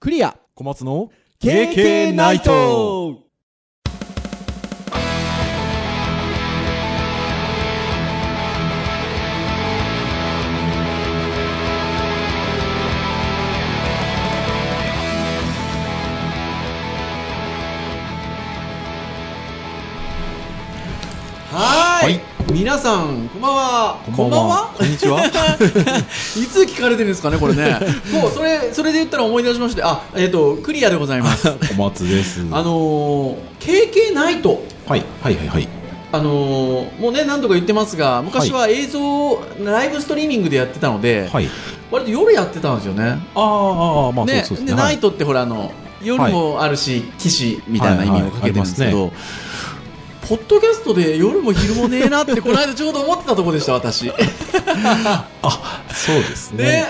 クリア小松の KK ナイトはーい皆さんこんばんはこんに ちはいつ聞かれてるんですかねこれねもうそれそれで言ったら思い出しましてあえっ、とクリアでございます 小松ですあのー、KK ナイトはいはいはいはいあのーもうね何度か言ってますが昔は映像、ライブストリーミングでやってたので、はい割と夜やってたんですよね。あーあーまあねそうそうでですねはナいイトってほらあの夜もあるし、騎士みたいな意味をかけてるんですけど、はいポッドキャストで夜も昼もねえなってこの間ちょうど思ってたとこでした私。ねそうですね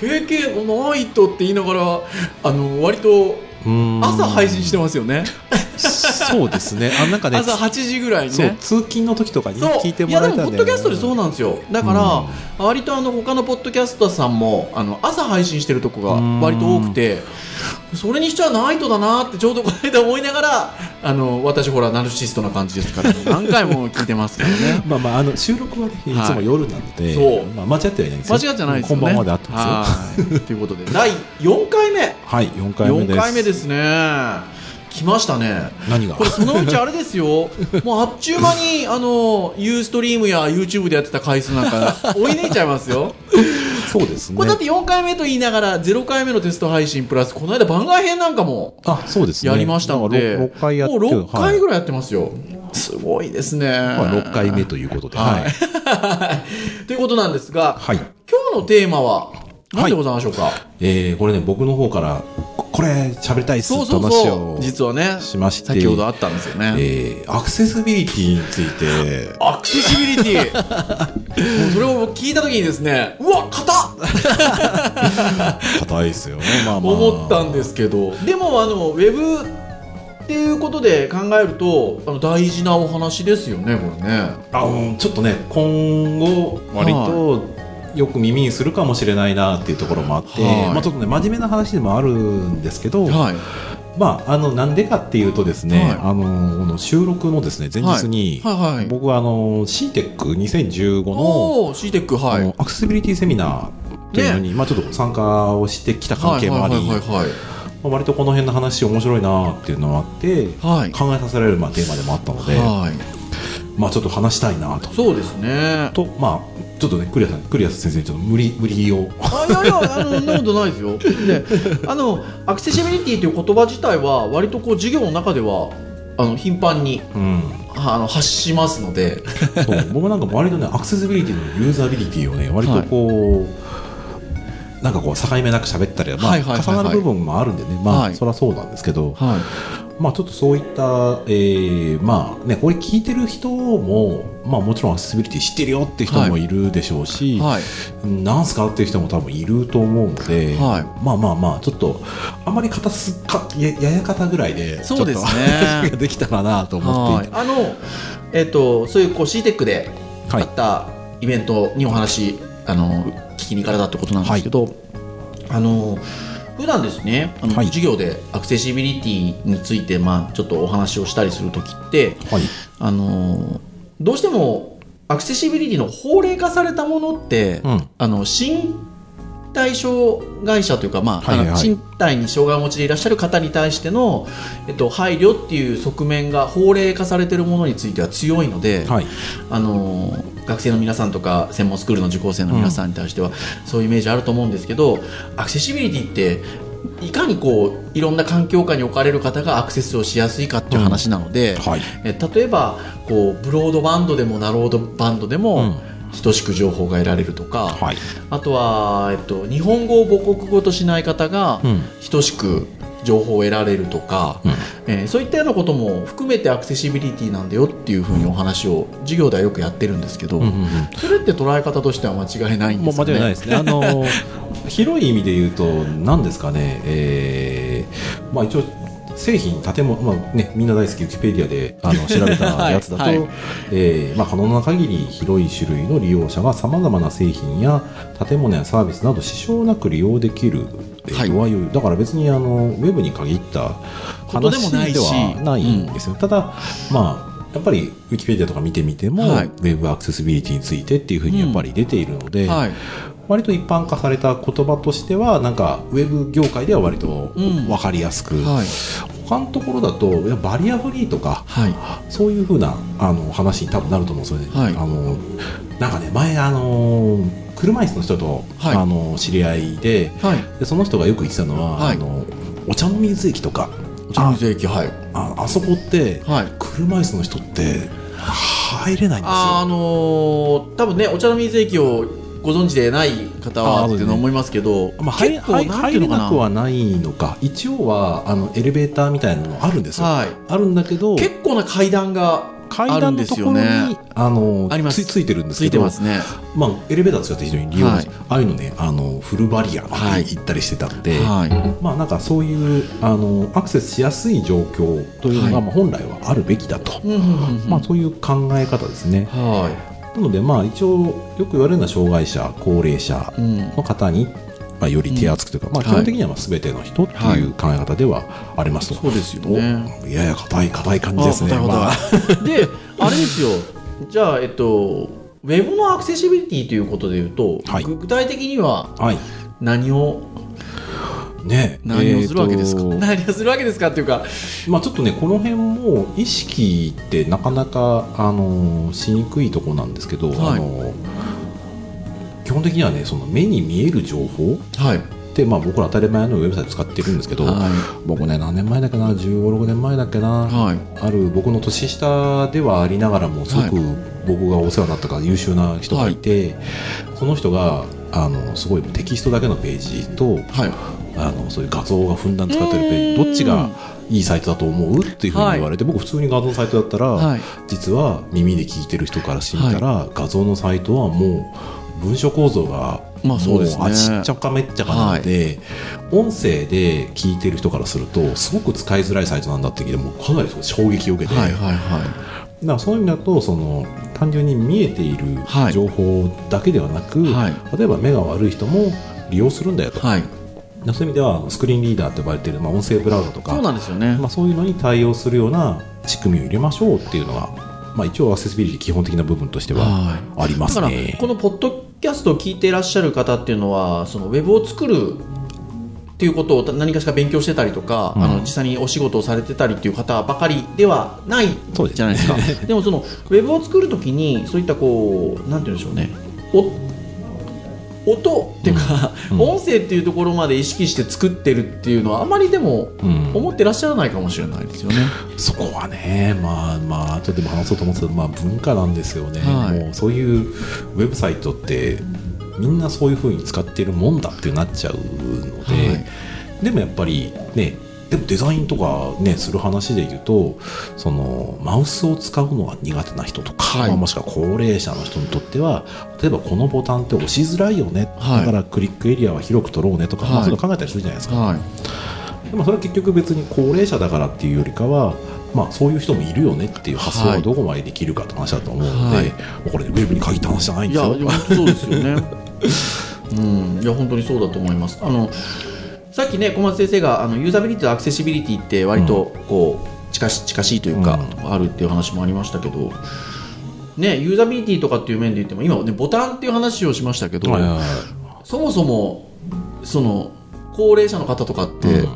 KK ナイトって言いながらあの割とうーん朝配信してますよね。そうですねあなんか ね朝8時ぐらいにそうね。通勤の時とかにそう聞いてもらえたんだいやでもよねポッドキャストでそうなんですよだから、割とあの他のポッドキャスターさんもあの朝配信してるとこが割と多くてそれにしちゃナイトだなってちょうどこの間思いながらあの私ほらナルシストな感じです から何回も聞いてますからねまあまああの収録はねいつも夜なのでそうまあ間違ってはいないんです間よ違っちゃないですこよんねばんはであってますよはいということで第4回目はい四回目4です回目ですね来ましたね何がこれそのうちあれです よもうあっちゅう間にあのユーストリームや YouTube でやってた回数なんか追い抜いちゃいます よそうですねこれだって4回目と言いながら0回目のテスト配信プラスこの間番外編なんかもあそうですねやりましたので、だからろく6回やってもう6回はいぐらいやってますよ、すごいですね、まあ六回目ということではいはいということなんですがはい今日のテーマは何でございましょうか、えー、これね僕の方からここれ喋りたいっすそうってそう話そをう実はねしまして先ほどあったんですよね、えーアクセシビリティについてアクセシビリティもうそれを僕聞いた時にですねうわ硬っ硬いですよ ね、まあまあ、思ったんですけどでもあのウェブっていうことで考えるとあの大事なお話ですよねこれねあのちょっとね今後割とよく耳にするかもしれないなっていうところもあって、はいまあ、ちょっとね真面目な話でもあるんですけど、はいまああのなんでかっていうとですね、はいあのこの収録のですね前日に、はいはい僕はあの CTEC2015 のおお CTEC はあいのアクセシビリティセミナーというのに、まあ、ちょっと参加をしてきた関係もあり、はいはいはいまあ割とこの辺の話面白いなっていうのもあって、はい考えさせられるまあテーマでもあったのはいで、はいまあ、ちょっと話したいなと。そうですねとまあ、ちょっとねクリアさんクリア先生にちょっと無理無理をあいやいやあのそんなことないですよであのアクセシビリティという言葉自体は割とこう授業の中ではあの頻繁にうんあの発しますのでそう僕もなんか割とねアクセシビリティのユーザビリティをね割とこう、なんかこう境目なく喋ったり、まあはいはいはいはい重なる部分もあるんでねまあ、はいそりゃそうなんですけど、はいまあ、ちょっとそういった、えーまあね、これ聞いてる人も、まあ、もちろんアクセシビリティ知ってるよって人もいるでしょうし、はいうんなんすかっていう人も多分いると思うので、はいまあまあまあちょっとあんまり片すかややや方ぐらいでそうですねちょっと話ができたらなと思っはていいて、あのえっ、とそういうこう CTEC ではあいったイベントにお話、あの聞きに行かれたってことなんですけど、あの普段ですねあの、はい授業でアクセシビリティについて、まあ、ちょっとお話をしたりするときってはいあのどうしてもアクセシビリティの法令化されたものって、うんあの身体障害者というか、まあはいはいあの身体に障害をお持ちでいらっしゃる方に対しての、えっと、配慮っていう側面が法令化されているものについては強いので、はいあの学生の皆さんとか専門スクールの受講生の皆さんに対しては、そういうイメージあると思うんですけどアクセシビリティっていかにこういろんな環境下に置かれる方がアクセスをしやすいかっていう話なので、はいえ例えばこうブロードバンドでもナロードバンドでうもん等しく情報が得られるとか、はいあとは、えっと、日本語を母国語としない方がうん等しく情報を得られるとか、うんえーそういったようなことも含めてアクセシビリティなんだよっていうふうにお話を授業ではよくやってるんですけど、うんうんうんそれって捉え方としては間違いないんもでうすよ間違いなね。いですね。あの広い意味で言うと何ですかね、えーまあ、一応製品建物、まあね、みんな大好きウィキペディアで あの調べたやつだと、はいはいえーまあ、可能な限り広い種類の利用者がさまざまな製品や建物やサービスなど支障なく利用できるって、はいどういうだから別にあのウェブに限ったことでも話ないでしはないんですよ、ただまあやっぱりウィキペディアとか見てみても、はいウェブアクセシビリティについてっていうふうにやっぱり出ているので、はい割と一般化された言葉としてはなんかウェブ業界では割とうん分かりやすく、はい他のところだといやバリアフリーとかはいそういうふうなあの話に多分なると思うんですよね。はいあのなんかね前あの車椅子の人と、はいあの知り合いではいでその人がよく言ってたのは、はいあのお茶の水駅とかお茶の水駅はいああそこって、はい車椅子の人って入れないんですよ。あーあのー多分ねお茶の水駅をご存知でない方はあーっていうのはそうですね思いますけど、まあ、入れ結構入なんてい入うれのかななくはないのか一応はあのエレベーターみたいなのあるんですよ、はいあるんだけど結構な階段が階あるん段でのとすこよろにあねのありますつついてるんですつけいてどますねまあ、エレベーター使って非常に利用、はいああいうのねあのフルバリアのはい行ったりしてたんで、はいまあなんかそういうあのアクセスしやすい状況というのが、はいまあ、本来はあるべきだと、うんうんうんうんまあ、そういう考え方ですねはなのでまあ一応よく言われるのは障害者高齢者いうんの方に、まあ、より手厚くというか、まあ、基はい本的にはまあ全ての人っていう考え方ではありますと、そうですよねおやや硬い硬い感じですねあまあ答え答え であれですよじゃあえっとウェブのアクセシビリティということでいうと、はい具体的にははい何をね何をするわけですか、 えーと何をするわけですかっていうかまあ、ちょっとねこの辺も意識ってなかなか、あのーしにくいとこなんですけど、はいあのー基本的にはねその目に見える情報はいって、まあ、僕ら当たり前のウェブサイト使ってるんですけど、は僕ね何年前だっけな1 5 6年前だっけな、いはいある僕の年下ではありながらもすごく僕がお世話になったから優秀な人がいて、その人があのすごいテキストだけのページとはいあのそういう画像がふんだんに使ってるペーうジんどっちがいいサイトだと思うっていうふうに言われて、僕普通に画像のサイトだったら、はい実は耳で聞いてる人からしてみたら、画像のサイトはもう文書構造がまあそうですねもあちっちゃかめっちゃかなので、音声で聞いてる人からするとすごく使いづらいサイトなんだって聞いてもうかなり衝撃を受けて、はいはいはだからそういう意味だとその単純に見えているはい情報だけではなく、はい例えば目が悪い人も利用するんだよと、いはいそういう意味ではあのスクリーンリーダーと呼ばれている、まあ、音声ブラウザとかそうなんですよね、まあ、そういうのに対応するような仕組みを入れましょうっていうのが、まあ、一応アクセシビリティ基本的な部分としてははいありますだからねこ。のポッドキャストを聞いていらっしゃる方っていうのはそのウェブを作るっていうことを何かしら勉強してたりとか、うんあの実際にお仕事をされてたりっていう方ばかりではないそうですねじゃないですかでもそのウェブを作るときにそういったこうなんて言うんでしょうねお音っていうか、うん音声っていうところまで意識して作ってるっていうのはあまりでもうん思ってらっしゃらないかもしれない ですよね。そこはね、まあ、まあ、後でも話そうと思ってたけどまあ、文化なんですよね。はいもう、そういうウェブサイトって、みんなそういうふうに使ってるもんだってなっちゃうので、はでもやっぱりね、でもデザインとかね、する話で言うと、その、マウスを使うのが苦手な人とか、はいまあもしくは高齢者の人にとっては、例えばこのボタンって押しづらいよね、はいだからクリックエリアは広く取ろうねとか、まはあいそういうの考えたりするじゃないですか。はいでもそれは結局別に高齢者だからっていうよりかは、まあ、そういう人もいるよねっていう発想ははいどこまでできるかって話だと思うので、はいもうこれねウェブに限った話じゃないんいですや、よ。でも本当そうです よね。うん、いや、本当にそうだと思います。あの、さっきね、小松先生が、あの、ユーザビリティとアクセシビリティって、割と、こう、近し、近しいというか、あるっていう話もありましたけど。ね、ユーザビリティとかっていう面で言っても、今ね、ボタンっていう話をしましたけど、はいはいはいそもそも、その、高齢者の方とかって、うん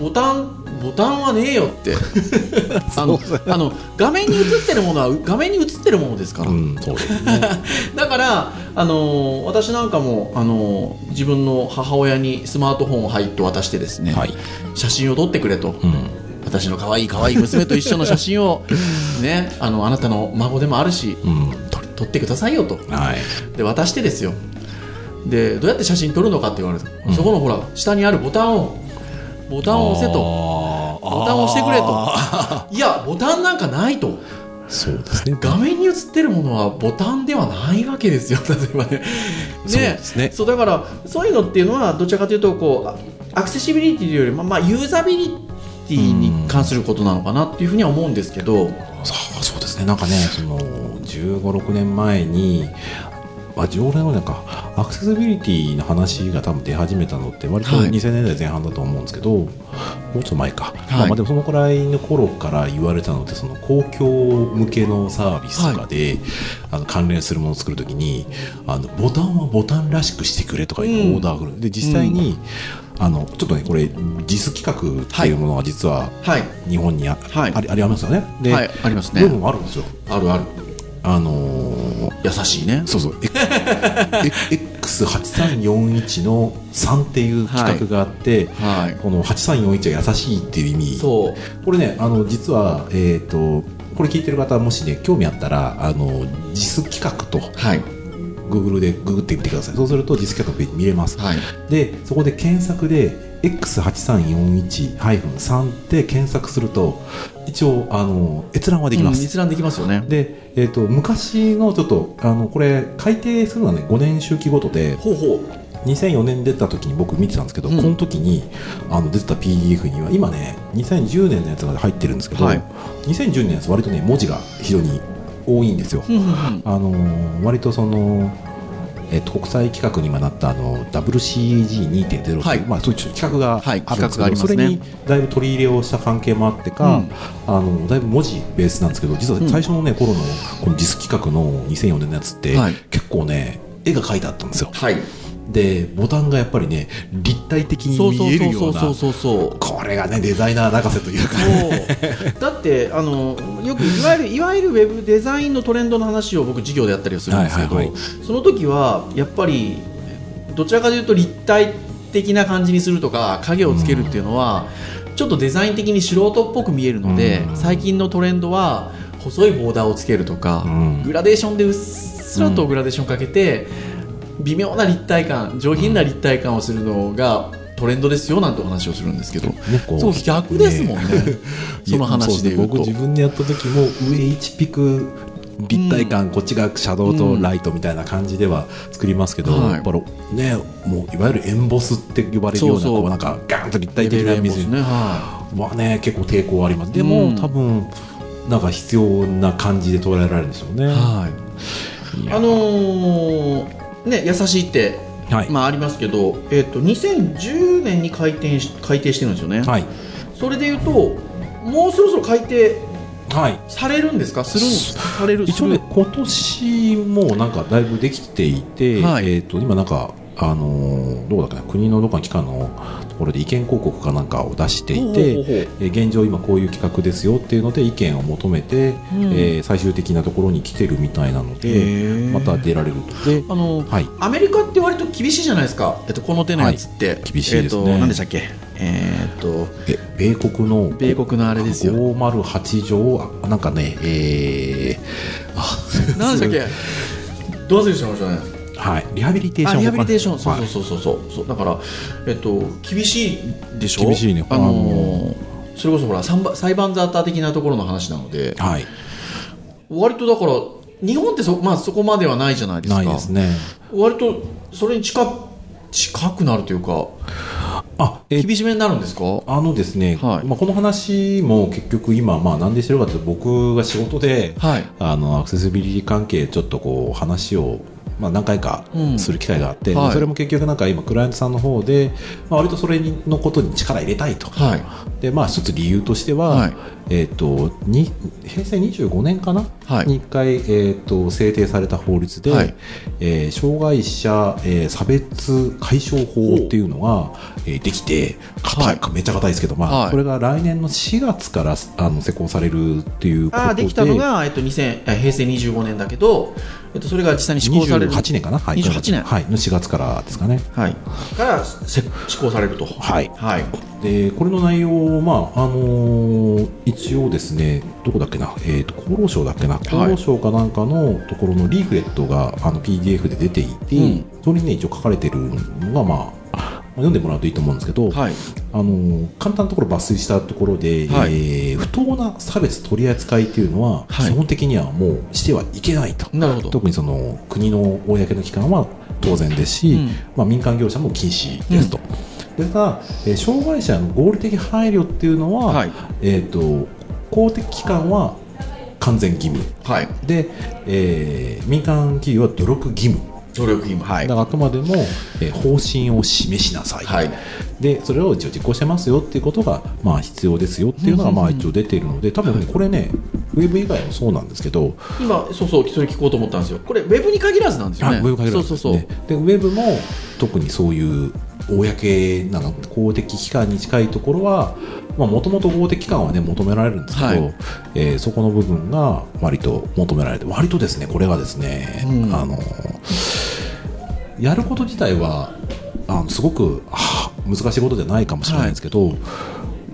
ボタンボタンはねえよって あのあの画面に映ってるものはう画面に映ってるものですから、うんそうですね だから、あのー私なんかも、あのー自分の母親にスマートフォンをはいって渡してですね、はい、写真を撮ってくれと、うん私の可愛い可愛い娘と一緒の写真 を、ね、あのあなたの孫でもあるしうん撮撮ってくださいよとはい、で渡してですよでどうやって写真撮るのかって言われて、そこのほら下にあるボタンをボタンを押せととボタンを押してくれといやボタンなんかないと。そうですね画面に映ってるものはボタンではないわけですよ、例えばね。ねそうですねそうだから、そういうのっていうのは、どちらかというとこう、あアクセシビリティというよりも、まあ、ユーザビリティに関することなのかなっていうふうには思うんですけど、そうそうですねなんかねその1 5 6年前にあ15年前かアクセシビリティの話が多分出始めたのって割とはい2000年代前半だと思うんですけど、もうちょっと前か、まあいまあでもそのくらいの頃から言われたのってその公共向けのサービスとかで、あの関連するものを作るときにあのボタンはボタンらしくしてくれとかいうオーダーが来る、で実際に、あのちょっとねこれ実企画っていうものが実ははい日本にあ,、はいありありますよね。で、はいありますね部分もあるんですよ。あるあるあのー優しいねそう そう、ええ X8341 の3っていう企画があって、はいこの8341は優しいっていう意味、そうこれね、あの実は、えー、とこれ聞いてる方、もしね、興味あったら、あの JIS 企画とはい Google でググってみてください、そうすると JIS 企画見れます。はいでそこで検索で X8341-3 って検索すると一応あの閲覧はできます、閲覧できますよねで、えー、と昔のちょっとあのこれ改定するのはね5年周期ごとでほうほう2004年出た時に僕見てたんですけど、うんこの時にあの出てた PDF には今ね2010年のやつが入ってるんですけど、はい2010年のやつ割とね文字が非常に多いんですよ。うんうんうんあのー割とその、えっと、国際企画に今なったあの WCAG2.0 という、はいまあ、そういう企画があはいるんですけ企ど、画がありますねそれにだいぶ取り入れをした関係もあってか、あのだいぶ文字ベースなんですけど実はうん最初の、ね頃のこの JIS 企画の2004年のやつって、はい結構ね絵が描いてあったんですよはいでボタンがやっぱりね立体的そうにそ見えるうよそううなそうそうそうこれがねデザイナー泣かせというかそうだってあのよくいわゆるいわゆるウェブデザインのトレンドの話を僕授業でやったりするんですけど、はいはいはその時はやっぱりどちらかというと立体的な感じにするとか影をつけるっていうのは、ちょっとデザイン的に素人っぽく見えるので、うん最近のトレンドは細いボーダーをつけるとか、うんグラデーションでうっすらとグラデーションかけて、微妙な立体感上品な立体感をするのがトレンドですよなんてお話をするんですけど、ねこうそう逆ですもんね その話で言うといやそうですね僕自分でやった時も上1ピク立体感、こっちがシャドウとライトみたいな感じでは作りますけど、はいやっぱりねもういわゆるエンボスって呼ばれるようなそうそうこうなんかガーンと立体的な水ね、ははね結構抵抗ありますでうも、ん多分なんか必要な感じで捉えられるんでしょうねい、いやあのーね優しいって、はい、まあありますけど、えっ、と2010年に改定し改定してるんですよね。はいそれで言うともうそろそろ改定はいされるんですか？するんされる一応ね、今年もなんかだいぶできていて、はいえー、と今なんか、あのーどうだっけな国のどっかの機関のところで意見広告かなんかを出してするいほうて、ほうほうえー現状今こういう企画ですよっていうので意見を求めて、うんえー最終的なところに来てるみたいなので、へーまた出られるで、あのーはい、アメリカって割と厳しいじゃないですか、えっと、この手のやつって、厳しいですねえっと、何でしたっけ、えっと、え米国の米国のあれですよ、 508条あなんかね、えーあ何でしたっ け、どうせしましたね、はい、リハビリテーシあョンリハビリテーション、そはいうそうそうそうそう、だから、えっと、厳しいでしょ、厳しいねああのーのそれこそほら裁判裁判沙汰的なところの話なので、はい、割とだから、日本ってそ,、まあ、そこまではないじゃないですか、ないですね割とそれに近近くなるというか、あ、えー厳しめになるんですか、あのですね、はいまあ、この話も結局今、まあ、なんでしてるかというと僕が仕事ではい、あのアクセシビリティ関係ちょっとこう話を、まあ、何回かうんする機会があって、はいそれも結局なんか今クライアントさんの方で、まあ、割とそれのことに力入れたいと。はい、でまあ、一つ理由としては、はいえー、とに平成25年かな、はいに1回、えー、と制定された法律で、はいえー障害者、えー差別解消法っていうのが、えーできて硬い、めっちゃ硬いですけど、まあはいこれが来年の4月からあの施行されるっていうことあでーできたのが、えっと、2000え平成25年だけど、えっと、それが実際に施行される28年かな、はい、 28年はい、の4月からですかね。はい、からせ施行されると。はいはいでこれの内容、まああのー一応ですねどこだっけな、えー、と厚労省だっけな厚労省かなんかのところのリーフレットがあの PDF で出ていて、うんそれにね一応書かれてるのが、まあ、まあ読んでもらうといいと思うんですけど、はいあのー簡単なところ抜粋したところで、はいえー不当な差別取り扱いっていうのは、はい基本的にはもうしてはいけないと。なるほど。特にその国の公の機関は当然ですし、うんまあ、民間業者も禁止ですと、でただ、えー障害者の合理的配慮っていうのは、はいえー、と公的機関は完全義務はいで、えー民間企業は努力義務努力義務はいだからあくまでも、えー方針を示しなさい、はいでそれを一応実行してますよっていうことが、まあ、必要ですよっていうのが、まあ、一応出ているので多分ねこれね、ウェブ以外もそうなんですけど、今そうそうそれ聞こうと思ったんですよこれウェブに限らずなんですよあねウェブ限そうらずですそうそう、ねでウェブも特にそういう公なんか公的機関に近いところはもともと公的機関はね求められるんですけど、はいえーそこの部分が割と求められて割とですねこれがですね、うんあのやること自体はあのすごくはあ難しいことじゃないかもしれないんですけど、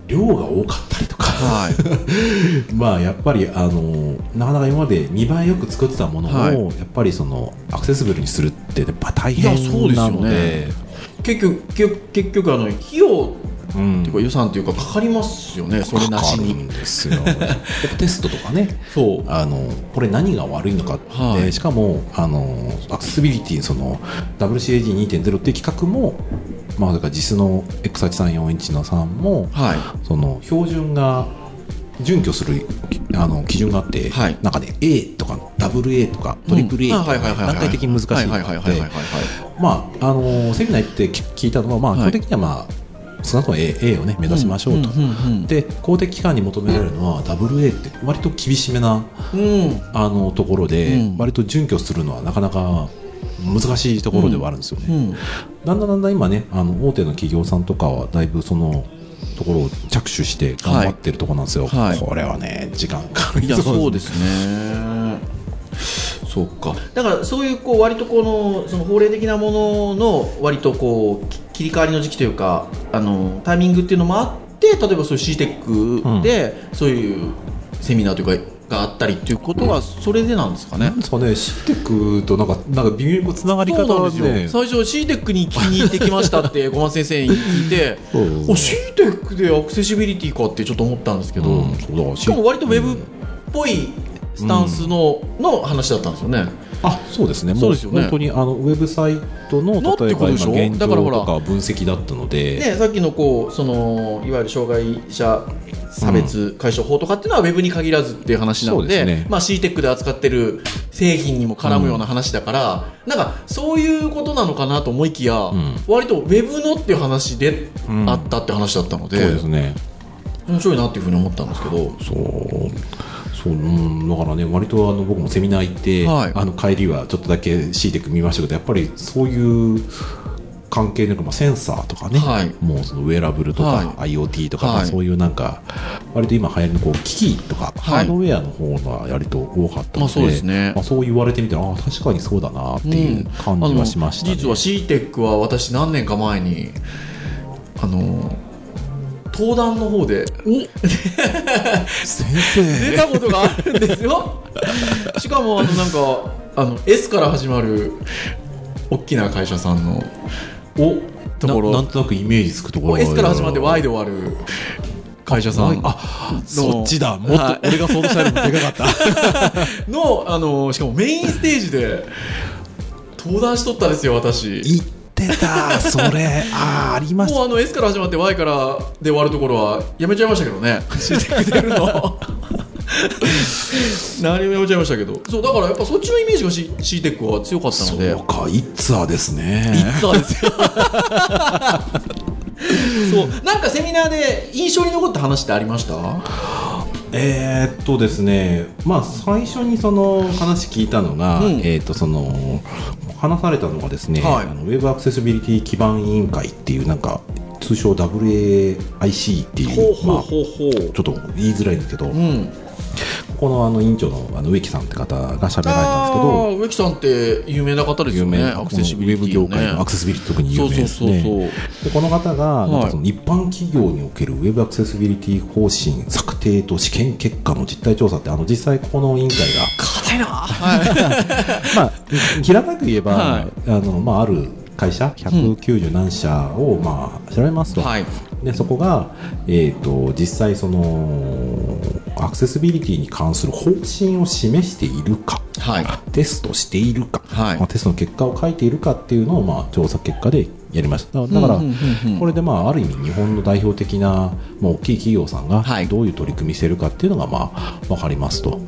量が多かったりとか、はい まあやっぱりあのなかなか今まで見栄えよく作ってたものを、はいやっぱりそのアクセスブルにするってやっぱ大いや変そうですよなねので結局結結局あの費用うんっていうか予算っていうかかかりますよねそれなしかかるんにで すよテストとかねそうあのこれ何が悪いのかって、はいしかもあのアクセシビリティその WCAG2.0 っていう企画も、まあ、だから実の X83417 もはいその標準が準拠するあの基準があって、はいなんかね A とか AA とか AAA とか段階的に難しいはいはいはいはいのはいはでいまああのセミナー行って聞いたのは、まあ、基はい本的には、まあ、少なくとも A, A を、ね、目指しましょうと。うんうんで公的機関に求められるのは WA って割と厳しめなうんうんあのところで、うん割と準拠するのはなかなか難しいところではあるんですよね。うんだんだんだんだん今ねあの大手の企業さんとかはだいぶそのところを着手して頑張ってるところなんですよ、はいはいこれはね時間かか いやそうですすね。そうか。だからそういうこう割とこのその法令的なものの割とこうき切り替わりの時期というかあのタイミングっていうのもあって例えばそういう C テックで、そういうセミナーというかがあったりっていうことはそれでなんですかね。 なんですかねシーテックとなんかなんか微妙にこうつながりそ方うなんがですよね最初 C テックに気に入ってきましたって小松先生に聞いてうんお C テックでアクセシビリティかってちょっと思ったんですけど、うんそうだからしかも割とウェブっぽいスタンスの,、の話だったんですよね。あそうですねもうそうですよね本当にあのウェブサイトののって例えこばとでしょ今現だ状からほらとか分析だったのででさっきのこうそのいわゆる障害者差別解消法とかっていうのはウェブに限らずっていう話なので,、そうですねまあ、c テックで扱ってる製品にも絡むような話だから、なんかそういうことなのかなと思いきや、ん割とウェブのっていう話でうんあったって話だったので,、そうですね面白いなっていうふうに思ったんですけど。そうそう、うん、だからね割とあの僕もセミナー行って、はいあの帰りはちょっとだけシーテック見ましたけどやっぱりそういう関係というか、まあ、センサーとかね、はいもうそのウェアラブルとか、は IoT とか、はいまあそういうなんか割と今流行りのこう機器とか、ハはいードウェアの方がやりと多かったので,、まあそうですねまあそう言われてみたらああ確かにそうだなっていう感じはしましたね、うんあの実は c テックは私何年か前にあの登壇の方で 先出生たことがあるんですよしかもあのなんかあの S から始まる大きな会社さんのおところななんとなくイメージつくところ S から始まって Y で終わる会社さんあそっちだもっとはい俺が想像したよりもでかかった のあのしかもメインステージで登壇しとったですよ私言ってたそ れあーありましもうあの S から始まって Y からで終わるところはやめちゃいましたけどね教えてくれるの 何もやめちゃいましたけどそうだからやっぱそっちのイメージが C, C テックは強かったたのでそうかイッツァですねそうですよ そうなんかセミナーで印象に残った話ってありましたはえーっとですねまあ最初にその話聞いたのが、うんえーっとその話されたのがですね、はいあのウェブアクセシビリティ基盤委員会っていうなんか通称 WAIC っていうまあちょうほうっと言いづらいんですけど、うこん、このあの委員長のあの植木さんって方が喋られたんですあけどー植木さんって有名な方です有よ名ねなアクセシビリティ、ね、ウェブ業界のアクセシビリティ特に有名ですそうねそうそうでこの方がいなんかその一般企業におけるウェブアクセシビリティ方針策定と試験結果の実態調査ってあの実際ここの委員会 が硬いな、はい、まあ、平たく言えば、はあのまあ、ある会社190何社を、まあ、調べますと、はいでそこが、えー、と実際そのアクセシビリティに関する方針を示しているか、はいテストしているか、はいまあ、テストの結果を書いているかっていうのを、まあ、調査結果でやりましただからだうんかうんうんうんらこれで、まあ、ある意味日本の代表的な、まあ、大きい企業さんがはいどういう取り組みしてるかっていうのが、まあ、分かりますと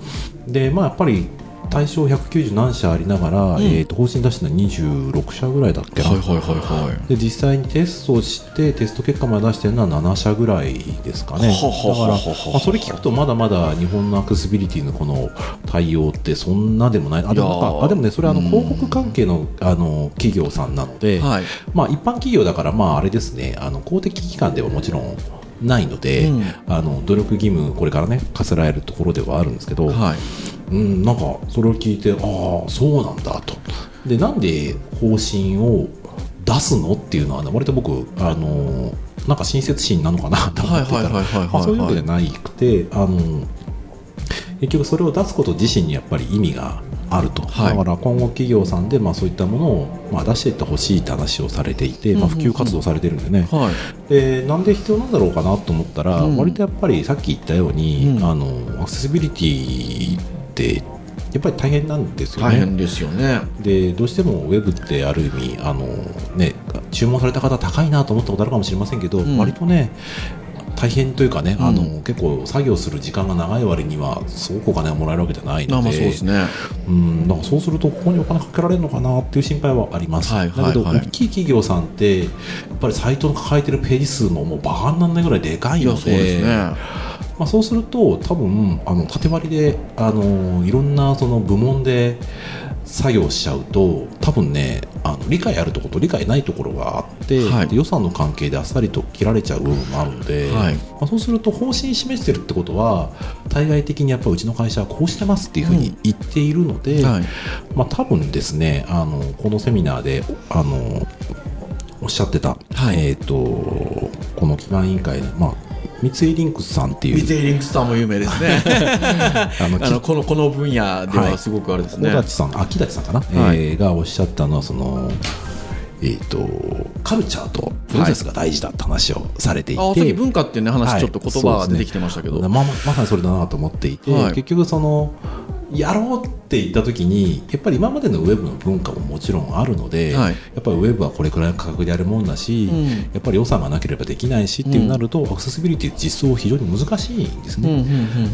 で、まあ、やっぱり対象190何社ありながら、んえー、と方針出したのは26社ぐらいだっけな、はいはいはいはいで実際にテストしてテスト結果まで出してるのは7社ぐらいですかねはははははだから、まあ、それ聞くとまだまだ日本のアクセシビリティのこの対応ってそんなでもないあでもないんやかーあでもねそれはあの広告関係のあの企業さんなので、はいまあ、一般企業だからまああれですねあの公的機関ではもちろんないので、うんあの努力義務これからね課せられるところではあるんですけど、はいうん、なんかそれを聞いてああそうなんだとでなんで方針を出すのっていうのは、ね、割と僕あのーなんか親切心なのかな と思ってたはいらはいはいはいはいはいまあそういうわけじゃないくてあのー結局それを出すこと自身にやっぱり意味があると、はいだから今後企業さんでまあそういったものをまあ出していってほしいって話をされていて、まあ、普及活動されてるんでね、はいでなんで必要なんだろうかなと思ったら、うん割とやっぱりさっき言ったように、うんあのアクセシビリティってやっぱり大変なんですよ大ね。変ですよねでどうしてもウェブってある意味あの、ね、注文された方高いなと思ったことあるかもしれませんけど、ん割とね大変というかね、あうの結構作業する時間が長い割にはすごくお金がもらえるわけじゃないまのあまであそうですねうん、だからそうするとここにお金かけられるのかなっていう心配はあります、はいはいはいだけど大きい企業さんってやっぱりサイトの抱えてるページ数ももうバカにならないぐらいでかいいのやでそうですねまあ、そうすると多分あの縦割りであのいろんなその部門で作業しちゃうと多分ねあの理解あるところと理解ないところがあって、はいで予算の関係であっさりと切られちゃう部分もあるので、はいまあ、そうすると方針示してるってことは対外的にやっぱりうちの会社はこうしてますっていうふうに言っているので、はいまあ、多分ですねあのこのセミナーであのおっしゃってた、はいえー、とこの基盤委員会の、まあ、三井リンクスさんっていう三井リンクスさんも有名ですね あのあのこのこの分野ではすごくあれですね、小立さん、秋立さんかな、はいえーがおっしゃったのはその。えー、とカルチャーとプロセスが大事だって話をされていて、あさっき文化っていうねは話いちょっと言葉が出てきてましたけど、そうですねまあままさにそれだなと思っていて、はい結局そのやろうって言った時にやっぱり今までのウェブの文化ももちろんあるので、はいやっぱりウェブはこれくらいの価格でやるもんだし、うんやっぱり予算がなければできないしっていうなると、アクセシビリティって実装非常に難しいんですうんね、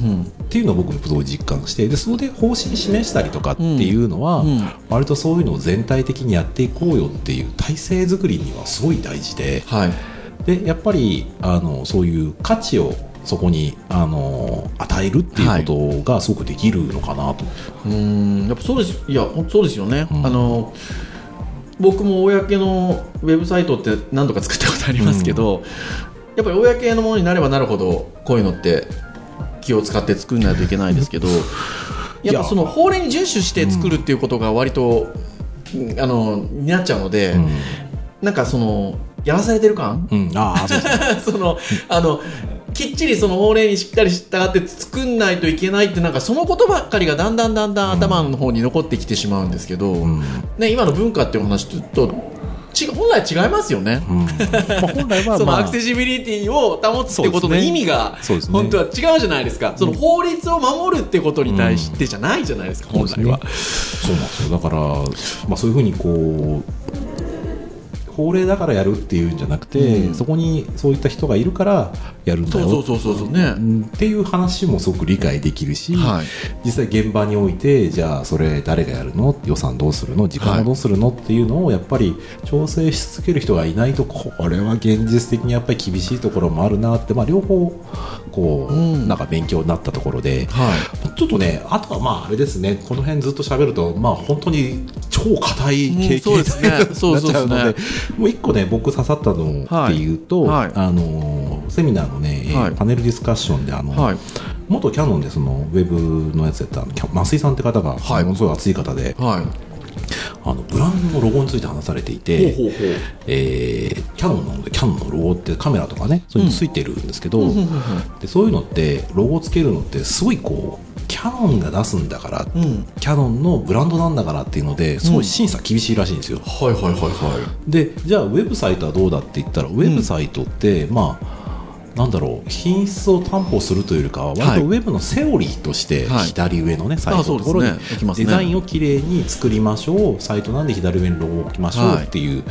うんうんっていうのを僕もすごい実感してでそこで方針示したりとかっていうのは、うんうん割とそういうのを全体的にやっていこうよっていう体制作りにはすごい大事で。はいでやっぱりあのそういう価値をそこにあの与えるっていうことがすごくできるのかなと、うーんやっぱそうですいや本当そうですよね、うんあの僕も公のウェブサイトって何度か作ったことありますけど、やっぱり公のものになればなるほどこういうのって気を使って作んないといけないですけどやっぱその法令に遵守して作るっていうことが割と、あのになっちゃうので、なんかそのやらされてる感、うんうんああそうです ねそのあのきっちりその法令にしっかり従って作んないといけないってなんかそのことばっかりがだんだんだんだん頭の方に残ってきてしまうんですけど、 うんね、今の文化っていうお話とち本来違いますよね。うんまあ本来 は、そまのあ、アクセシビリティを保つってことの意味がそうですね本当は違うじゃないですかその法律を守るってことに対してじゃないじゃないですか、そう本来は。ですねそうなんですよだから、まあ、そういうふうにこう法令だからやるっていうんじゃなくて、うんそこにそういった人がいるからやるんだそうよそうそうそうそうね、うんっていう話もすごく理解できるし、はい実際現場においてじゃあそれ誰がやるの予算どうするの時間はどうするの、っていうのをやっぱり調整し続ける人がいないとこれは現実的にやっぱり厳しいところもあるなって、まあ、両方こう、うんなんか勉強になったところで。はいちょっとね、あとはまああれですね、この辺ずっと喋ると、まあ本当に超硬い経うんそう験でにすねなっちゃうので、そうそうもう一個ね、僕刺さったのっていうと、はいはいあのーセミナーのね、えーはいパネルディスカッションで、あの、はい元キャノンでそのウェブのやつやったあのキャ増井さんって方が、はいものすごい熱い方で、はいあのブランドのロゴについて話されていて、ほうほうほうえーキャノンなのでキャノンのロゴってカメラとかねそういうのついてるんですけど、でそういうのってロゴつけるのってすごいこうキャノンが出すんだから、んキャノンのブランドなんだからっていうのですごい審査厳しいらしいんですよ。はいはいはいはいでじゃあウェブサイトはどうだって言ったらウェブサイトって、まあなんだろう品質を担保するというよりかは割とウェブのセオリーとしてはい左上のね、サイトのところあそうにですねいきますねデザインをきれいに作りましょうサイトなんで左上にロゴを置きましょうはいっていう、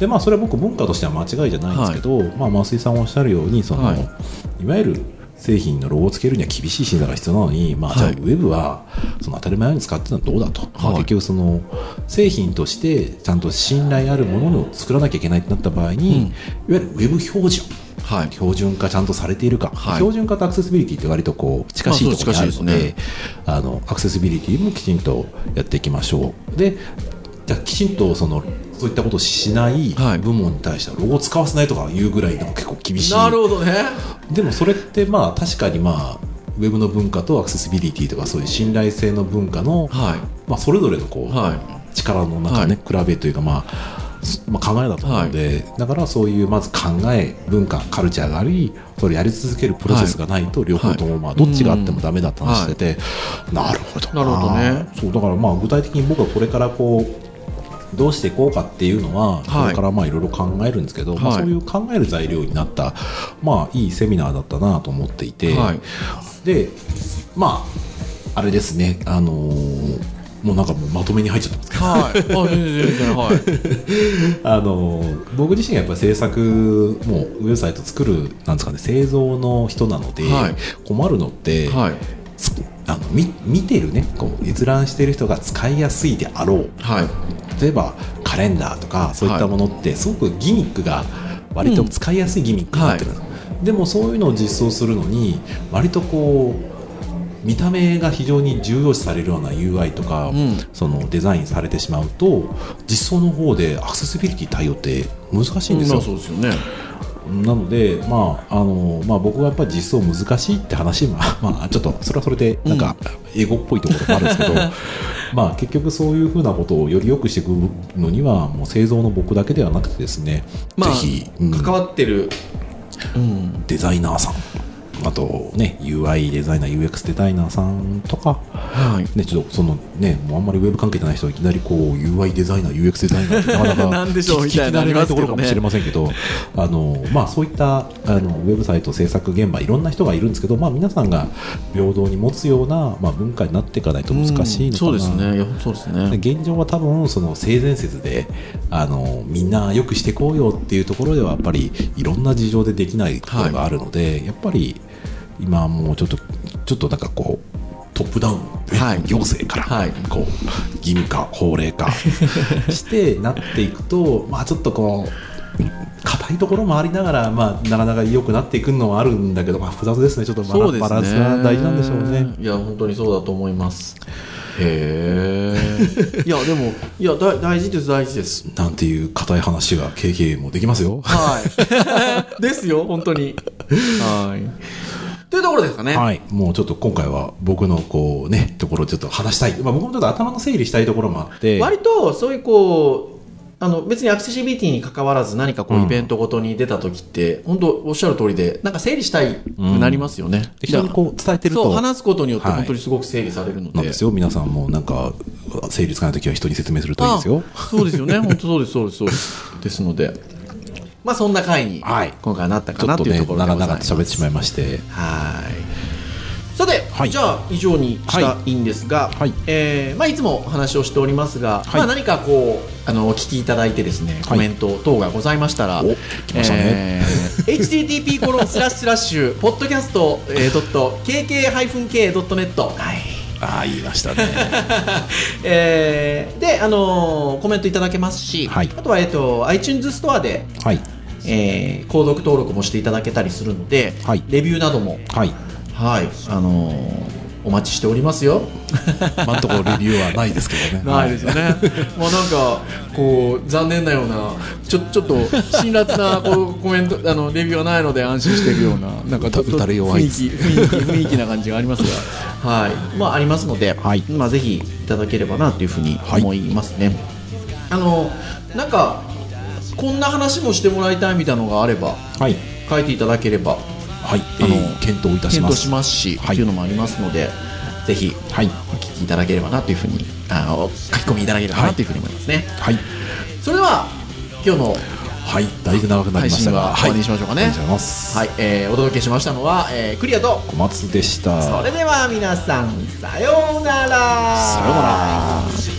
でまあそれは僕文化としては間違いじゃないんですけど、まあ増井さんおっしゃるようにその、はいいわゆる製品のロゴをつけるには厳しい審査が必要なのに、まあ、じゃあウはいェブはその当たり前のように使ってるのはどうだと、まはあい結局その製品としてちゃんと信頼あるものを作らなきゃいけないってなった場合に、いわゆるウェブ標準はい標準化ちゃんとされているか、はい標準化とアクセシビリティって割とこう近しいところにあるまあのそうで,、近あのアクセシビリティもきちんとやっていきましょうでじゃあきちんとそのそういったことをしないはい部門に対してはロゴを使わせないとかいうぐらいなんか結構厳しいなるほどねでもそれってまあ確かにまあウェブの文化とアクセシビリティとかそういう信頼性の文化の、はいまあ、それぞれのこう、は力の中ね、比べというか、まあすまあ、考えだと思うので、だからそういうまず考え文化カルチャーがありそれをやり続けるプロセスがないと両方とも、まあ、どっちがあってもダメだって話してて、なるほどなるほどねそうだからまあ具体的に僕はこれからこうどうしていこうかっていうのはは、いこれからまあいろいろ考えるんですけど、まあ、はいそういう考える材料になった、まあ、いいセミナーだったなと思っていて、はいでまああれですねあのーもうなんかもうまとめに入っちゃったんですいけはいあ全然全然はいどあのー僕自身がやっぱり制作もうウェブサイト作るなんですかね製造の人なので、はい困るのって、はいつあのみ見てるねこう閲覧してる人が使いやすいであろうはい例えばカレンダーとかそういったものってすごくギミックが割と使いやすいギミックになってる、でもそういうのを実装するのに割とこう見た目が非常に重要視されるような UI とか、うんそのデザインされてしまうと実装の方でアクセシビリティ対応って難しいんですまよあ、そうですよねなので、まああのまあ、僕はやっぱり実装難しいって話は、 まあ、ちょっとそれはそれでなんか英語っぽいところもあるんです けど、まあ、結局そういうふうなことをより良くしていくのにはもう製造の僕だけではなくてですね、まあぜひ、うん関わってるうんデザイナーさんあとね UI デザイナー UX デザイナーさんとか、はいね、ちょっとそのねもうあんまりウェブ関係じゃない人はいきなりこう UI デザイナー UX デザイナーってなかな かなんでしょう聞みき聞きたいな慣れないところあかりもますしけれどねませんけどあの、まあ、そういったあのウェブサイト制作現場いろんな人がいるんですけど、まあ、皆さんが平等に持つような、まあ、文化になっていかないと難しいのかな、うんそうですねいやそうですね現状は多分その性善説であのみんなよくしてこうよっていうところではやっぱりいろんな事情でできないところがあるので、やっぱり今はもうちょっとちょっとなんかこうトップダウン、はい行政から、はいこう義務化法令 化してなっていくとまあちょっとこう硬いところもありながら、まあ、なかなか良くなっていくのはあるんだけど、まあ、複雑ですねちょっとバそうラ,、ですねバランスが大事なんでしょうね。いや本当にそうだと思いますへえ いやでもいやだ大事です大事ですなんていう硬い話が KK もできますよ。 はい。ですよ、本当に。はい。というところですかね。はい。はい、もうちょっと今回は僕のこうねところをちょっと話したい、まあ、僕もちょっと頭の整理したいところもあって割と、そういうこう、あの別にアクセシビリティに関わらず何かこううんイベントごとに出た時って、本当おっしゃる通りでなんか整理したいくなりますよね、非常にこう伝えてるそうと話すことによってはい本当にすごく整理されるので、なんですよ皆さんもなんか整理つかない時は人に説明するといいですよあそうですよ ね本当そうですそうですそうですですのでまあそんな回にはい今回はなったちかょなっとというねところで長ござい々まとす、喋ってしまいましてはい。さて、はいじゃあ以上にしたいんですが、はいいえーまあ、いつもお話をしておりますが、はいまあ、何かこうあのお聞きいただいてですねコメント等がございましたら、お来ましたねえー http コロンスラッシュスラッシュポッドキャストドット kk-k.net はいああ言いましたね えーで、あのーコメントいただけますし、はいあとは、えっと iTunes ストアで、 はいえー購読登録もしていただけたりするので、はいレビューなどもはいはい、あのーお待ちしておりますよ。今のところレビューはないですけどねよね。もうなんかこう残念なようなちょちょっと辛辣なこうコメントあのレビューはないので安心しているようななんかちょっと打たれ弱い雰囲気雰囲気雰囲気な感じがありますが、はい、まあありますので、はいまあぜひいただければなというふうに思いますね。あのなんかこんな話もしてもらいたいみたいなのがあればはい書いていただければはい、えあのー検討いたし検ま討すしますし、はいっていうのもありますので、ぜひはいお聞きいただければなというふうにあの書き込みいただければなというふうに思いますね、はいそれでは今日の、はいだいぶ長くなりましたが配信は終わりにしましょうかねはいありがとうございます、はいえーお届けしましたのは、えークリアと小松でしたそれでは皆さんさようならさようなら